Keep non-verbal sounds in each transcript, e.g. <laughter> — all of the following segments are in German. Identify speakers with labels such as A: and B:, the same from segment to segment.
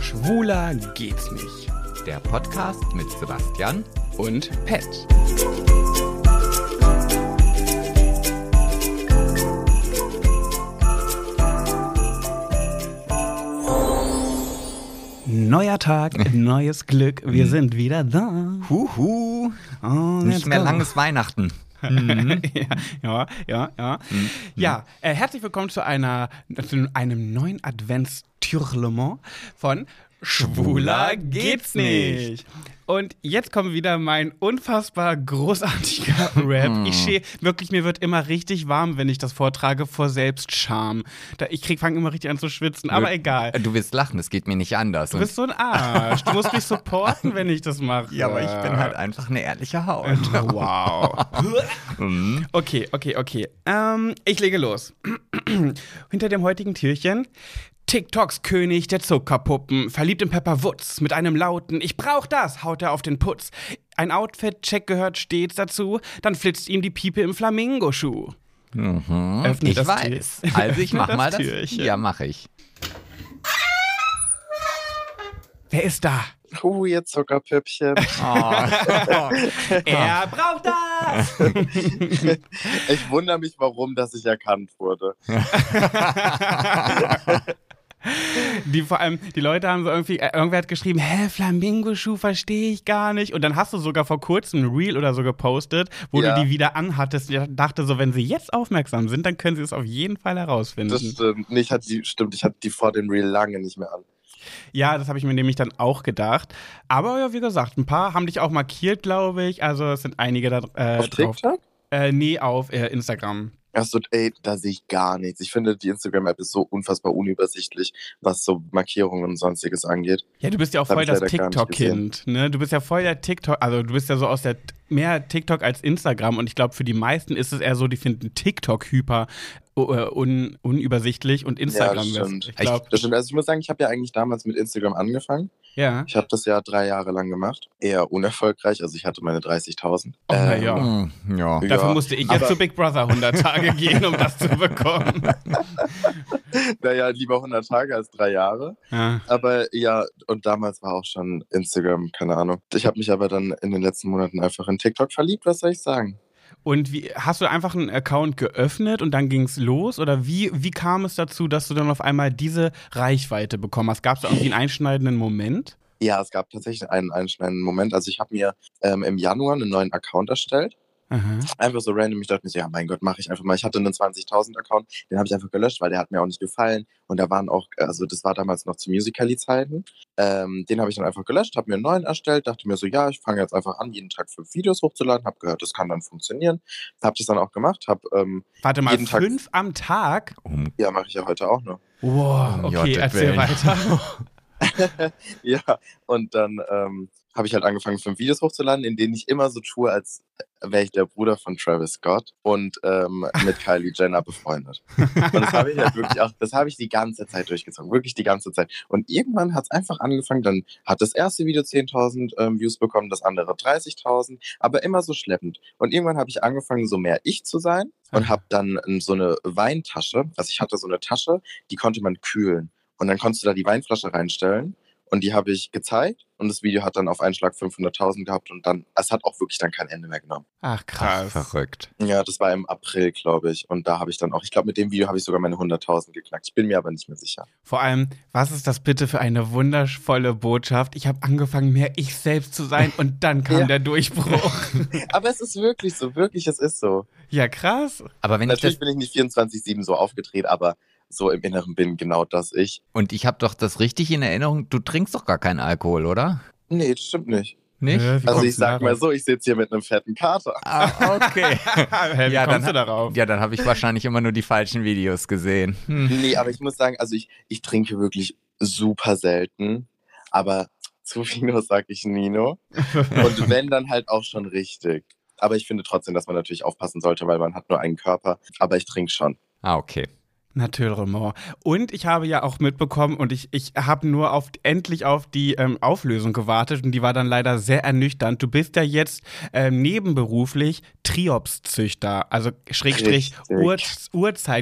A: Schwuler geht's nicht.
B: Der Podcast mit Sebastian.
A: Und Pest. Neuer <laughs> Tag, neues Glück, wir sind wieder da.
B: Huhu.
A: Oh, let's
B: Nicht mehr
A: go.
B: langes Weihnachten.
A: ja, ja, ja. Ja, ja äh, herzlich willkommen zu, einer, zu einem neuen Adventstürlement von Schwuler geht's nicht. Und jetzt kommt wieder mein unfassbar <laughs> großartiger Rap. Ich stehe wirklich, mir wird immer richtig warm, wenn ich das vortrage, vor Selbstscham. Da, ich krieg, fange immer richtig an zu schwitzen, aber egal.
B: Äh, Du wirst lachen, es geht mir nicht anders.
A: Du bist so ein Arsch. Du musst mich supporten, wenn ich <laughs> das mache.
B: ja, aber ich bin halt einfach eine ehrliche Haut.
A: <laughs> Wow. okay, okay, okay. Ähm, ich lege los. <clears throat> Hinter dem heutigen Türchen. TikToks König der Zuckerpuppen, verliebt in Pepper Woods, mit einem lauten Ich brauch das, haut er auf den Putz. Ein Outfit-Check gehört stets dazu, dann flitzt ihm die Piepe im Flamingoschuh. Mhm. Öffne
B: ich
A: <laughs> das
B: weiß.
A: Tür-
B: Also ich mach
A: Öffne
B: mal das.
A: Türchen.
B: Ja, mach ich.
A: Wer ist da?
C: Oh, ihr Zuckerpöppchen.
A: <laughs> Ah, Er braucht das!
C: Ich wundere mich, warum, dass ich erkannt wurde.
A: Die vor allem, die Leute haben so irgendwie, äh, irgendwer hat geschrieben, hä, Flamingo-Schuh verstehe ich gar nicht. Und dann hast du sogar vor kurzem ein Reel oder so gepostet, wo
C: Ja.
A: du die wieder anhattest. Ich dachte so, wenn sie jetzt aufmerksam sind, dann können sie es auf jeden Fall herausfinden.
C: Das äh stimmt. Nee, ich hatte die, stimmt, ich hatte die vor dem Reel lange nicht mehr an.
A: ja, das habe ich mir nämlich dann auch gedacht. Aber ja, wie gesagt, ein paar haben dich auch markiert, glaube ich. Also es sind einige da äh,
C: Auf
A: drauf.
C: TikTok?
A: Äh, nee, auf äh, Instagram.
C: Achso, ey, da sehe ich gar nichts. Ich finde, die Instagram-App ist so unfassbar unübersichtlich, was so Markierungen und sonstiges angeht.
A: Ja, du bist ja auch
C: Hab
A: voll
C: ich
A: das
C: leider gar nicht
A: TikTok-Kind, ne? Du bist ja voll der TikTok, also du bist ja so aus der mehr TikTok als Instagram und ich glaube, für die meisten ist es eher so, die finden TikTok hyper äh, un, unübersichtlich und Instagram
C: das
A: ist-
C: stimmt.
A: Ich glaube,
C: Das stimmt. Also ich muss sagen, ich habe ja eigentlich damals mit Instagram angefangen.
A: ja.
C: Ich habe das ja drei Jahre lang gemacht. Eher unerfolgreich. Also ich hatte meine Ähm, 30.000.
A: Oh, na
C: <laughs>
A: ja.
B: <laughs> Hm, ja.
C: Ja.
A: Dafür musste ich jetzt
C: aber-
A: zu Big Brother 100 Tage gehen, um das zu bekommen.
C: <laughs> Naja, lieber 100 Tage als drei Jahre.
A: Ja.
C: Aber ja, und damals war auch schon Instagram, keine Ahnung. Ich habe mich aber dann in den letzten Monaten einfach in TikTok verliebt, was soll ich sagen?
A: Und wie, hast du einfach einen Account geöffnet und dann ging's los? Oder wie, wie kam es dazu, dass du dann auf einmal diese Reichweite bekommen hast? Gab es da irgendwie einen einschneidenden Moment?
C: Ja, es gab tatsächlich einen einschneidenden Moment. Also ich habe mir ähm, im Januar einen neuen Account erstellt.
A: Aha.
C: Einfach so random. Ich dachte mir so, ja, mein Gott, mache ich einfach mal. Ich hatte einen 20.000 Account, den habe ich einfach gelöscht, weil der hat mir auch nicht gefallen. Und da waren auch, also das war damals noch zu Musical.ly-Zeiten. Ähm, den habe ich dann einfach gelöscht, habe mir einen neuen erstellt, dachte mir so, ja, ich fange jetzt einfach an, jeden Tag fünf Videos hochzuladen. Habe gehört, das kann dann funktionieren. Habe das dann auch gemacht, habe, ähm,
A: Warte mal,
C: Jeden Tag.
A: fünf am Tag?
B: Um
C: ja, mache ich ja heute auch noch. <laughs>
A: Wow,
B: Um
A: Ah, okay,
B: Gottes
A: erzähl
B: Willen. <laughs>
A: <laughs> weiter.
C: Ja, und dann ähm, habe ich halt angefangen, fünf Videos hochzuladen, in denen ich immer so tue, als wäre ich der Bruder von Travis Scott und ähm, mit Kylie Jenner befreundet. Und das habe ich halt wirklich auch, das habe ich die ganze Zeit durchgezogen, wirklich die ganze Zeit. Und irgendwann hat es einfach angefangen, dann hat das erste Video 10.000 ähm, Views bekommen, das andere 30.000, aber immer so schleppend. Und irgendwann habe ich angefangen, so mehr ich zu sein und habe dann ähm, so eine Weintasche, also ich hatte so eine Tasche, die konnte man kühlen. Und dann konntest du da die Weinflasche reinstellen und die habe ich gezeigt und das Video hat dann auf einen Schlag 500.000 gehabt und dann, es hat auch wirklich dann kein Ende mehr genommen.
A: Ach
B: Ach,
A: krass.
B: verrückt.
C: Ja, das war im April, glaube ich. Und da habe ich dann auch, ich glaube, mit dem Video habe ich sogar meine 100.000 geknackt. Ich bin mir aber nicht mehr sicher.
A: Vor allem, was ist das bitte für eine wundervolle Botschaft? Ich habe angefangen, mehr ich selbst zu sein und dann kam
C: Ja.
A: der
C: <laughs>
A: Durchbruch.
C: Aber es ist wirklich so, wirklich, es ist so.
A: Ja, krass.
B: Aber wenn ich das
C: Natürlich bin ich nicht 24-7 so aufgedreht, aber so im Inneren bin genau das ich.
B: und ich habe doch das richtig in Erinnerung, du trinkst doch gar keinen Alkohol, oder?
C: Nee, das stimmt nicht.
B: Nicht?
A: Hä, wie
C: Also
A: kommst
C: ich
A: du
C: sag mal
A: darauf?
C: so, ich sitze hier mit einem fetten Kater.
B: Ah, okay.
A: <laughs> Hä, wie
B: Ja,
A: kommst du
B: dann-
A: darauf?
B: Ja, dann habe ich wahrscheinlich immer nur die falschen Videos gesehen. Hm.
C: Nee, aber ich muss sagen, also ich, ich trinke wirklich super selten, aber zu Vino sag ich Nino. Und wenn, dann halt auch schon richtig. Aber ich finde trotzdem, dass man natürlich aufpassen sollte, weil man hat nur einen Körper. Aber ich trinke schon.
B: Ah, okay.
A: Naturellement. Und ich habe ja auch mitbekommen und ich, ich habe nur auf, endlich auf die ähm, Auflösung gewartet und die war dann leider sehr ernüchternd. Du bist ja jetzt ähm, nebenberuflich Triopszüchter, also Schrägstrich Ur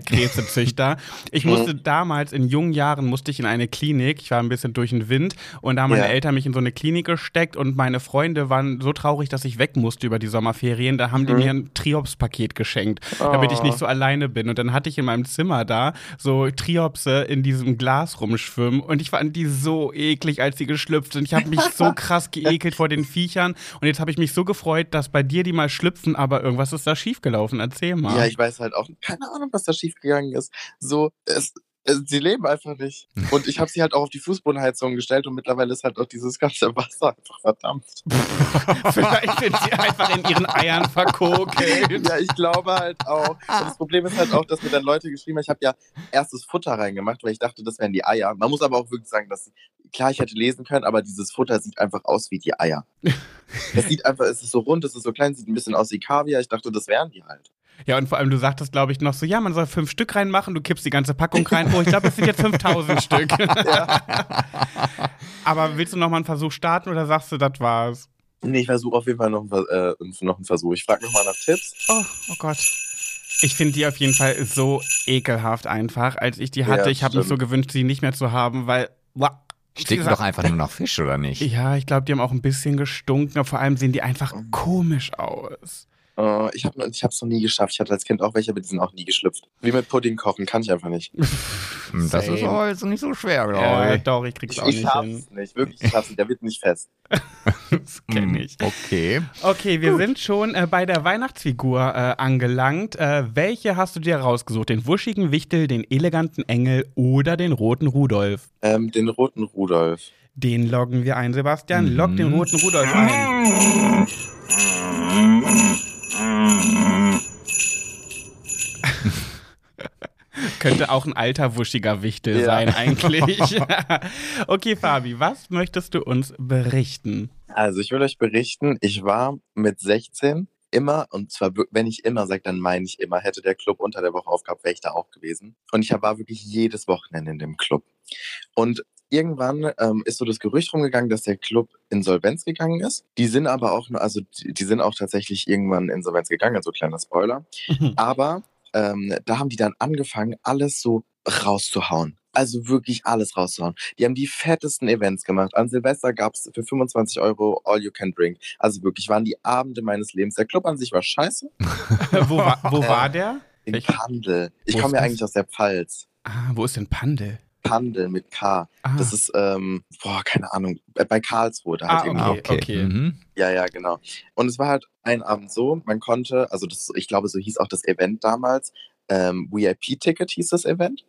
A: Urzeitkrebsezüchter. ich musste damals in jungen Jahren musste ich in eine Klinik, ich war ein bisschen durch den Wind und da haben meine
C: Ja.
A: Eltern mich in so eine Klinik gesteckt und meine Freunde waren so traurig, dass ich weg musste über die Sommerferien, da haben die mir ein Triops-Paket geschenkt damit
C: Oh.
A: ich nicht so alleine bin. Und dann hatte ich in meinem Zimmer da so Triopse in diesem Glas rumschwimmen und ich fand die so eklig, als sie geschlüpft sind. Ich habe mich
C: <laughs>
A: so krass geekelt vor den Viechern und jetzt habe ich mich so gefreut, dass bei dir die mal schlüpfen, aber irgendwas ist da schiefgelaufen. Erzähl mal.
C: Ja, ich weiß halt auch keine Ahnung, was da schiefgegangen ist. So, es, es, sie leben einfach nicht. Und ich habe sie halt auch auf die Fußbodenheizung gestellt und mittlerweile ist halt auch dieses ganze Wasser einfach verdammt.
A: <laughs> Vielleicht sind sie einfach in ihren Eiern verkokelt.
C: Ja, ich glaube halt auch. Und das Problem ist halt auch, dass mir dann Leute geschrieben haben, ich habe ja erstes Futter reingemacht, weil ich dachte, das wären die Eier. Man muss aber auch wirklich sagen, dass sie, klar, ich hätte lesen können, aber dieses Futter sieht einfach aus wie die Eier. Es sieht einfach, es ist so rund, es ist so klein, sieht ein bisschen aus wie Kaviar. Ich dachte, das wären die halt.
A: Ja, und vor allem, du sagtest, glaube ich, noch so, ja, man soll fünf Stück reinmachen, du kippst die ganze Packung rein. Oh, ich glaube, es sind jetzt 5000 Stück. <laughs> Aber willst du noch mal einen Versuch starten oder sagst du, das war's?
C: Nee, ich versuche auf jeden Fall noch, einen Ver- äh, noch einen Versuch. Ich frage nochmal nach Tipps.
A: Oh, oh Gott. Ich finde die auf jeden Fall so ekelhaft einfach. Als ich die hatte,
C: Ja,
A: ich habe mich so
C: stimmt.
A: gewünscht, sie nicht mehr zu haben, weil. Wa-
B: Stinken doch einfach nur nach
A: <laughs>
B: Fisch, oder nicht?
A: Ja, ich glaube, die haben auch ein bisschen gestunken, aber vor allem sehen die einfach
C: Oh.
A: komisch aus.
C: Äh, ich habe ich hab's noch nie geschafft. Ich hatte als Kind auch welche, aber die sind auch nie geschlüpft. Wie mit Pudding kochen, kann ich einfach nicht.
B: Hm, Das ist
A: Same.
B: aber jetzt nicht so schwer, glaube
A: Ja,
B: ich.
A: doch, ich krieg's auch nicht hin. <laughs>
C: nicht, wirklich, ich schaff's nicht. Der wird nicht fest.
A: Das
B: Hm,
A: kenn ich.
B: Okay.
A: Okay, wir sind schon äh, bei der Weihnachtsfigur äh, angelangt. Äh, welche hast du dir rausgesucht? Den wuschigen Wichtel, den eleganten Engel oder den roten Rudolf?
C: Ähm, den roten Rudolf.
A: Den loggen wir ein, Sebastian. Log den
B: Mhm.
A: roten Rudolf ein.
C: <laughs>
A: Könnte auch ein alter wuschiger Wichtel
C: Ja.
A: sein, eigentlich.
C: <laughs>
A: <laughs> okay, Fabi, was möchtest du uns
C: <laughs>
A: berichten?
C: Also ich will euch berichten, ich war mit 16 immer, und zwar, wir- wenn ich immer sage, dann meine ich immer, hätte der Club unter der Woche aufgehabt, wäre ich da auch gewesen. Und ich war wirklich jedes Wochenende in dem Club. Und irgendwann ähm, ist so das Gerücht rumgegangen, dass der Club insolvenz gegangen ist. Die sind aber auch, nur- also die, die sind auch tatsächlich irgendwann insolvenz gegangen, also kleiner Spoiler. Aber ähm, da haben die dann angefangen, alles so rauszuhauen. Also wirklich alles rauszuhauen. Die haben die fettesten Events gemacht. An Silvester gab es für 25 Euro All You Can Drink. Also wirklich waren die Abende meines Lebens. Der Club an sich war scheiße.
A: wo, war,
C: Äh.
A: wo war der?
C: In
A: Welch-
C: Pandel. Ich
A: Wo ist
C: komme ja
A: das?
C: eigentlich aus der Pfalz.
A: Ah, wo ist denn Pandel?
C: Pandel mit K.
A: Ah,
C: Das ist, ähm, boah, keine Ahnung, Äh, bei- bei Karlsruhe. Da
A: Ah,
C: halt irgendwie.
B: Ah,
A: Okay, okay.
B: Mhm.
C: Ja, ja, genau. Und es war halt ein Abend so, man konnte, also das, ich glaube, so hieß auch das Event damals, ähm, VIP-Ticket hieß das Event.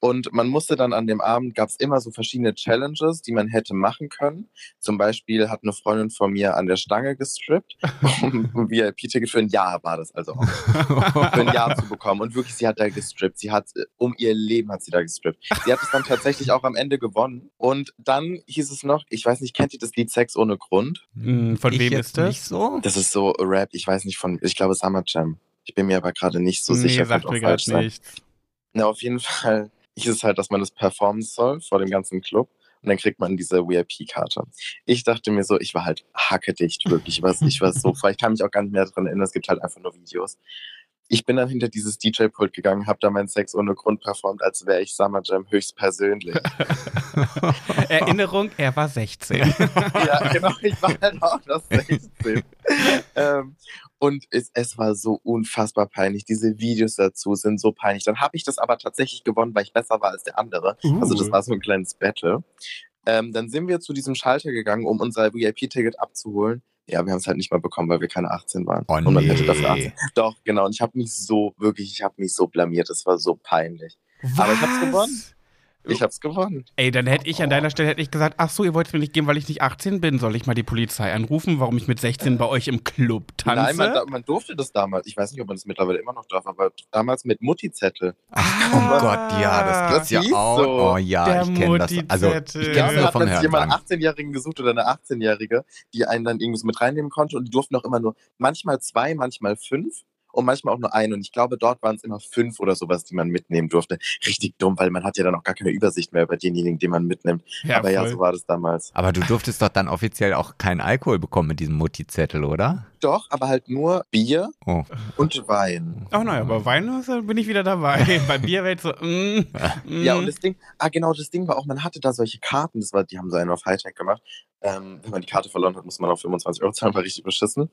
C: Und man musste dann an dem Abend, gab es immer so verschiedene Challenges, die man hätte machen können. Zum Beispiel hat eine Freundin von mir an der Stange gestrippt, um ein VIP-Ticket für ein Jahr war das also auch, für ein Jahr zu bekommen. Und wirklich, sie hat da gestrippt. Sie hat, äh, um ihr Leben hat sie da gestrippt. Sie hat es dann tatsächlich auch am Ende gewonnen. Und dann hieß es noch, ich weiß nicht, kennt ihr das Lied Sex ohne Grund?
A: Hm, Von
B: Ich
A: wem
B: jetzt
A: ist das?
B: Nicht so?
C: Das ist so Rap, ich weiß nicht von, ich glaube Summer Jam. Ich bin mir aber gerade nicht so sicher.
A: nee, sagt
C: könnte
A: mir
C: auch falsch ne?
A: gerade
C: sein.
A: nichts.
C: Na, auf jeden <laughs> Fall hieß es halt, dass man das performen soll vor dem ganzen Club und dann kriegt man diese VIP-Karte. Ich dachte mir so, ich war halt hackedicht, wirklich. Ich war, ich
A: <laughs>
C: war so, ich kann mich auch gar nicht mehr daran erinnern, es gibt halt einfach nur Videos. Ich bin dann hinter dieses DJ-Pult gegangen, habe da meinen Sex ohne Grund performt, als wäre ich Summer Jam höchstpersönlich.
A: Erinnerung, er war 16.
C: ja, genau, ich war halt auch das 16. ähm, und es, es war so unfassbar peinlich. Diese Videos dazu sind so peinlich. Dann habe ich das aber tatsächlich gewonnen, weil ich besser war als der andere. <laughs> Also
A: Uh.
C: das war so ein kleines Battle. Ähm, dann sind wir zu diesem Schalter gegangen, um unser VIP-Ticket abzuholen. Ja, wir haben es halt nicht mal bekommen, weil wir keine 18 waren.
B: Oh,
C: Und man hätte dafür 18.
B: nee.
C: Doch, genau. Und ich habe mich so, wirklich, ich habe mich so blamiert. Es war so peinlich. aber ich hab's gewonnen. Ich habe es gewonnen.
A: Ey, dann hätte ich an
C: Oh.
A: deiner Stelle hätte ich gesagt, ach so, ihr wollt mir nicht geben, weil ich nicht 18 bin, soll ich mal die Polizei anrufen, warum ich mit 16 bei euch im Club tanze?
C: Nein, man, da- man durfte das damals. Ich weiß nicht, ob man das mittlerweile immer noch darf, aber damals mit Mutti-Zettel.
B: Ach, oh Gott, ja, das gibt's
C: Das
B: ja
C: hieß
B: auch.
C: so.
B: Oh ja,
A: Ah, Der
B: ich kenne das. Also, ich
A: Mutti-Zettel.
B: kenne
A: Ja,
B: es nur
C: hat
B: von
C: man
B: Herrn
C: sich immer einen
B: Lang.
C: 18-Jährigen gesucht oder eine 18-Jährige, die einen dann irgendwas mit reinnehmen konnte und die durften auch immer nur manchmal zwei, manchmal fünf. und manchmal auch nur einen. Und ich glaube, dort waren es immer fünf oder sowas, die man mitnehmen durfte. Richtig dumm, weil man hat ja dann auch gar keine Übersicht mehr über denjenigen, den man mitnimmt.
A: Ja,
C: Aber ja,
A: voll.
C: so war das damals.
B: Aber du durftest doch dann offiziell auch keinen Alkohol bekommen mit diesem Mutti-Zettel, oder?
C: Doch, aber halt nur Bier
B: Oh.
C: und Wein.
A: Ach naja, bei Wein äh, bin ich wieder
C: <laughs>
A: dabei. bei Bier wäre jetzt so, mm, mm.
C: Ja, und das Ding, ah genau, das Ding war auch, man hatte da solche Karten, das war, die haben so einen auf Hightech gemacht. Ähm, wenn man die Karte verloren hat, muss man auf 25 Euro zahlen, war richtig
A: <laughs>
C: beschissen.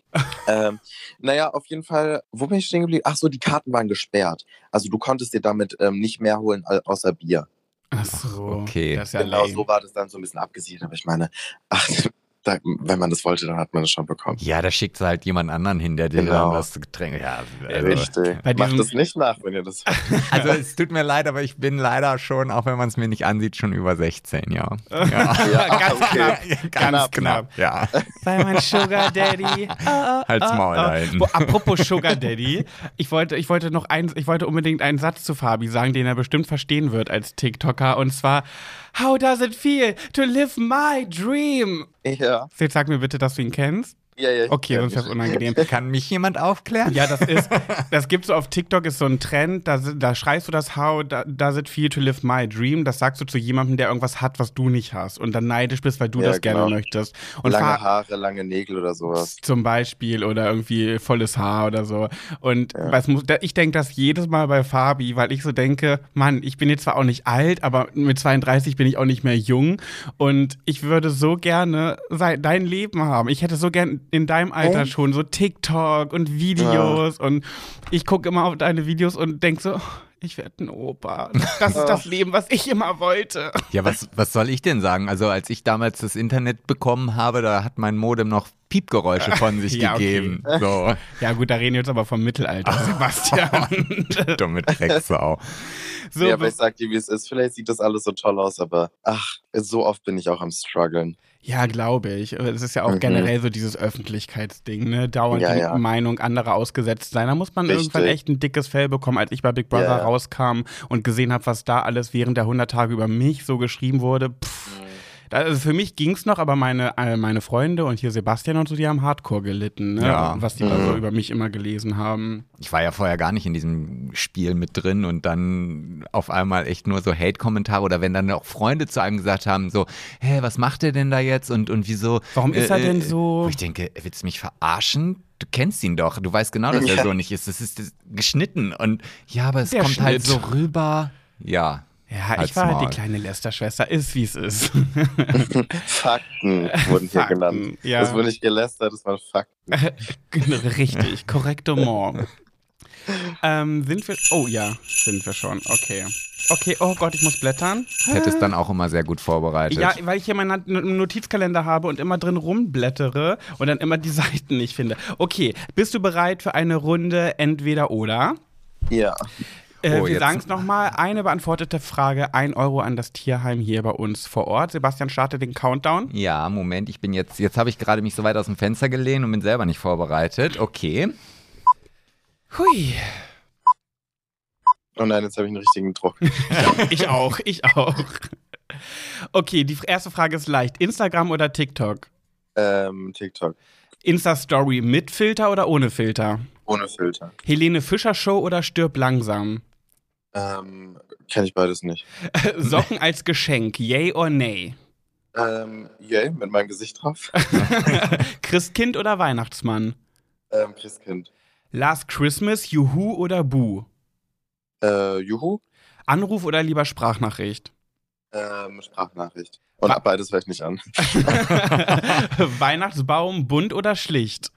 C: ähm, naja, auf jeden Fall, wo bin ich stehen geblieben? Ach so, die Karten waren gesperrt. Also du konntest dir damit ähm, nicht mehr holen au- außer Bier.
A: Ach so.
B: okay.
A: Das ist ja
C: genau
A: lame.
C: so war das dann so ein bisschen abgesichert, aber ich meine, ach, <laughs> da, wenn man das wollte, dann hat man das schon bekommen.
B: Ja, da schickt halt jemand anderen hin, der dir
C: Genau.
B: dann das Getränk. Ja, also,
C: Richtig.
A: Bei
C: Macht
A: diesem-
C: das nicht nach, wenn ihr das
B: also es tut mir leid, aber ich bin leider schon, auch wenn man es mir nicht ansieht, schon über 16, ja. ja.
C: Ja,
A: <laughs> Ganz
C: okay.
B: Ganz
A: knapp. Knapp,
B: knapp, ja.
A: Sei mein Sugar
C: <laughs>
A: Daddy. Ah, ah,
B: Halt's
A: ah,
B: Maul
A: ah.
B: ein.
A: Bo- Apropos Sugar Daddy, ich wollte, ich wollte noch eins, ich wollte unbedingt einen Satz zu Fabi sagen, den er bestimmt verstehen wird als TikToker. Und zwar: How does it feel to live my dream? <laughs>
C: Ja,
A: Jetzt sag mir bitte, dass du ihn kennst.
C: ja, ja. ich
A: Okay,
C: kenn
A: sonst ist das
C: mich.
A: unangenehm.
B: Kann mich jemand aufklären?
A: Ja, das ist, das gibt so auf TikTok, ist so ein Trend, da, da schreibst du das How da- does it feel to live my dream? Das sagst du zu jemandem, der irgendwas hat, was du nicht hast und dann neidisch bist, weil du
C: Ja,
A: das gerne
C: genau.
A: möchtest. Und
C: Lange
A: Fa-
C: Haare, lange Nägel oder sowas.
A: zum Beispiel oder irgendwie volles Haar oder so. Und was muss, da- ich denke das jedes Mal bei Fabi, weil ich so denke, Mann, ich bin jetzt zwar auch nicht alt, aber mit 32 bin ich auch nicht mehr jung und ich würde so gerne sein, dein Leben haben. Ich hätte so gern in deinem Alter
C: Echt?
A: schon so TikTok und Videos und ich gucke immer auf deine Videos und denke so, ich werde ein Opa. Das ist das Leben, was ich immer wollte.
B: Ja, was, was soll ich denn sagen? Also als ich damals das Internet bekommen habe, da hat mein Modem noch Piepgeräusche von sich
A: <laughs> Ja, okay.
B: gegeben.
A: <laughs>
B: So,
A: Ja gut, da reden wir jetzt aber vom <laughs> Mittelalter, Sebastian.
B: <laughs> dumme Drecksau.
A: so,
C: ja,
A: be-
C: aber ich sag dir, wie es ist. Vielleicht sieht das alles so toll aus, aber ach, so oft bin ich auch am struggeln.
A: Ja, glaube ich. Es ist ja auch
C: Mhm.
A: generell so dieses Öffentlichkeitsding, ne? Dauernd
C: Ja,
A: die
C: ja.
A: Meinung anderer ausgesetzt sein. Da muss man
C: Richtig.
A: irgendwann echt ein dickes Fell bekommen. Als ich bei Big Brother
C: Ja, ja.
A: rauskam und gesehen habe, was da alles während der 100 Tage über mich so geschrieben wurde, pff. Da- Also für mich ging's noch, aber meine, äh, meine Freunde und hier Sebastian und so, die haben Hardcore gelitten, ne?
B: Ja.
A: was die
C: Mhm.
A: da so über mich immer gelesen haben.
B: Ich war ja vorher gar nicht in diesem Spiel mit drin und dann auf einmal echt nur so Hate-Kommentare oder wenn dann auch Freunde zu einem gesagt haben, so, hä, was macht der denn da jetzt und, und wieso? äh,
A: Warum ist er denn so?
B: Wo ich denke, willst du mich verarschen? Du kennst ihn doch, du weißt genau, dass er
C: Ja.
B: so nicht ist. Das ist das ist geschnitten und ja, aber es
A: Der
B: kommt halt so
A: Schnitt.
B: rüber. Ja.
A: Ja, ich
B: Halt's
A: war halt
B: Maul.
A: die kleine Lester-Schwester, ist wie's ist. <laughs>
C: Fakten wurden hier
A: Fakten,
C: genannt.
A: ja.
C: Das wurde nicht gelästert, das waren Fakten.
A: Genau. Richtig, korrektement. ähm, sind wir. Oh ja, sind wir schon. Okay. Okay, oh Gott, ich muss blättern.
B: Hätte es dann auch immer sehr gut vorbereitet.
A: Ja, weil ich hier meinen Not- Notizkalender habe und immer drin rumblättere und dann immer die <laughs> Seiten nicht finde. Okay, bist du bereit für eine Runde entweder oder?
C: Ja.
A: Äh,
B: Oh,
A: wir
B: jetzt-
A: sagen es nochmal. Eine beantwortete Frage, ein Euro an das Tierheim hier bei uns vor Ort. Sebastian startet den Countdown.
B: Ja, Moment, ich bin jetzt, jetzt habe ich gerade mich so weit aus dem Fenster gelehnt und bin selber nicht vorbereitet. Okay.
A: Hui.
C: Oh nein, jetzt habe ich einen richtigen Druck.
A: <laughs> Ich auch, ich auch. Okay, die erste Frage ist leicht. Instagram oder TikTok?
C: ähm, TikTok.
A: Insta-Story mit Filter oder ohne Filter?
C: Ohne Filter.
A: Helene Fischer Show oder stirb
C: <laughs>
A: langsam?
C: Ähm, kenne ich beides nicht.
A: Socken als Geschenk, yay or
C: <laughs>
A: nay?
C: Ähm, yay, mit meinem
A: <laughs>
C: Gesicht drauf.
A: Christkind oder Weihnachtsmann?
C: ähm, Christkind.
A: Last Christmas, Juhu oder Buh?
C: Äh, Juhu.
A: Anruf oder lieber
C: <laughs>
A: Sprachnachricht? <laughs>
C: Ähm, Sprachnachricht. Und
A: Wa-
C: ab beides vielleicht nicht an.
A: Weihnachtsbaum, bunt oder schlicht?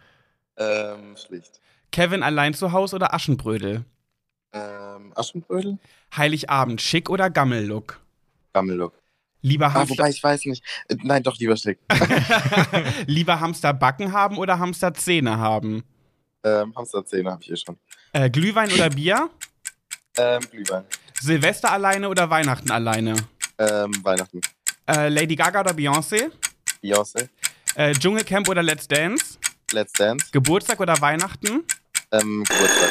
C: ähm, schlicht.
A: Kevin allein zu Hause oder Aschenbrödel?
C: Ähm, Aschenbrödel?
A: Heiligabend, schick oder Gammellook?
C: Gammellook.
A: Lieber,
C: Ah,
A: Hamster,
C: wobei ich weiß nicht. Äh, Nein, doch
A: <laughs>
C: lieber schlicht.
A: lieber Hamsterbacken haben oder Hamsterzähne haben?
C: ähm, Hamsterzähne habe ich hier schon.
A: Äh, Glühwein oder Bier?
C: Ähm, Glühwein.
A: Silvester alleine oder Weihnachten alleine?
C: Ähm, Weihnachten.
A: Äh, Lady Gaga oder Beyoncé?
C: Beyoncé.
A: Äh, Dschungelcamp oder Let's Dance?
C: Let's Dance.
A: Geburtstag oder Weihnachten?
C: Ähm, Geburtstag.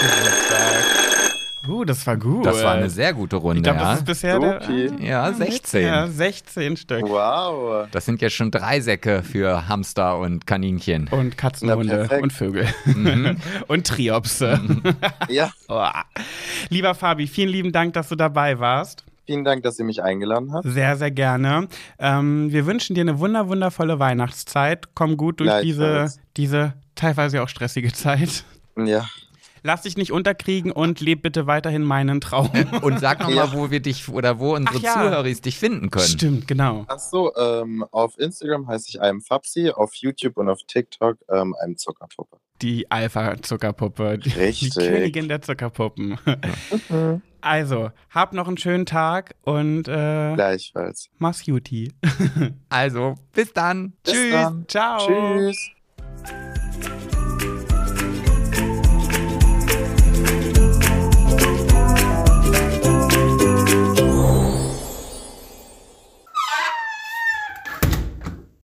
A: Geburtstag. Uh, gut, das war gut.
B: Das war eine sehr gute Runde,
A: Ich glaube,
B: ja.
A: das ist bisher der.
C: Supi.
B: ja, 16.
A: Ja, 16 Stück.
C: Wow.
B: Das sind jetzt schon drei Säcke für Hamster und Kaninchen.
A: Und
C: Na,
A: Katzenhunde
C: perfekt.
A: und Vögel.
B: Mhm.
A: <laughs> und Triopse. <laughs>
C: Ja,
A: Oh. Lieber Fabi, vielen lieben Dank, dass du dabei warst.
C: vielen Dank, dass ihr mich eingeladen habt.
A: Sehr, sehr gerne. Ähm, wir wünschen dir eine wunder, wundervolle Weihnachtszeit. Komm gut durch diese,
C: Gleichfalls.
A: diese teilweise ja auch stressige Zeit.
C: Ja.
A: Lass dich nicht unterkriegen und leb bitte weiterhin meinen Traum.
B: Und sag nochmal,
C: Ja.
B: wo wir dich oder wo unsere
A: Ach ja.
B: Zuhörer dich finden können.
A: Stimmt, genau.
C: Ach so, ähm, auf Instagram heiße ich einem Fabsi, auf YouTube und auf TikTok ähm, einem Zuckerpuppe.
A: Die Alpha-Zuckerpuppe. Die, die
C: Richtig.
A: Königin der Zuckerpuppen. Also, hab noch einen schönen Tag und äh,
C: Gleichfalls.
A: mach's Juti.
B: Also, bis dann.
C: Bis
B: Tschüss.
C: dann.
A: Ciao.
C: Tschüss.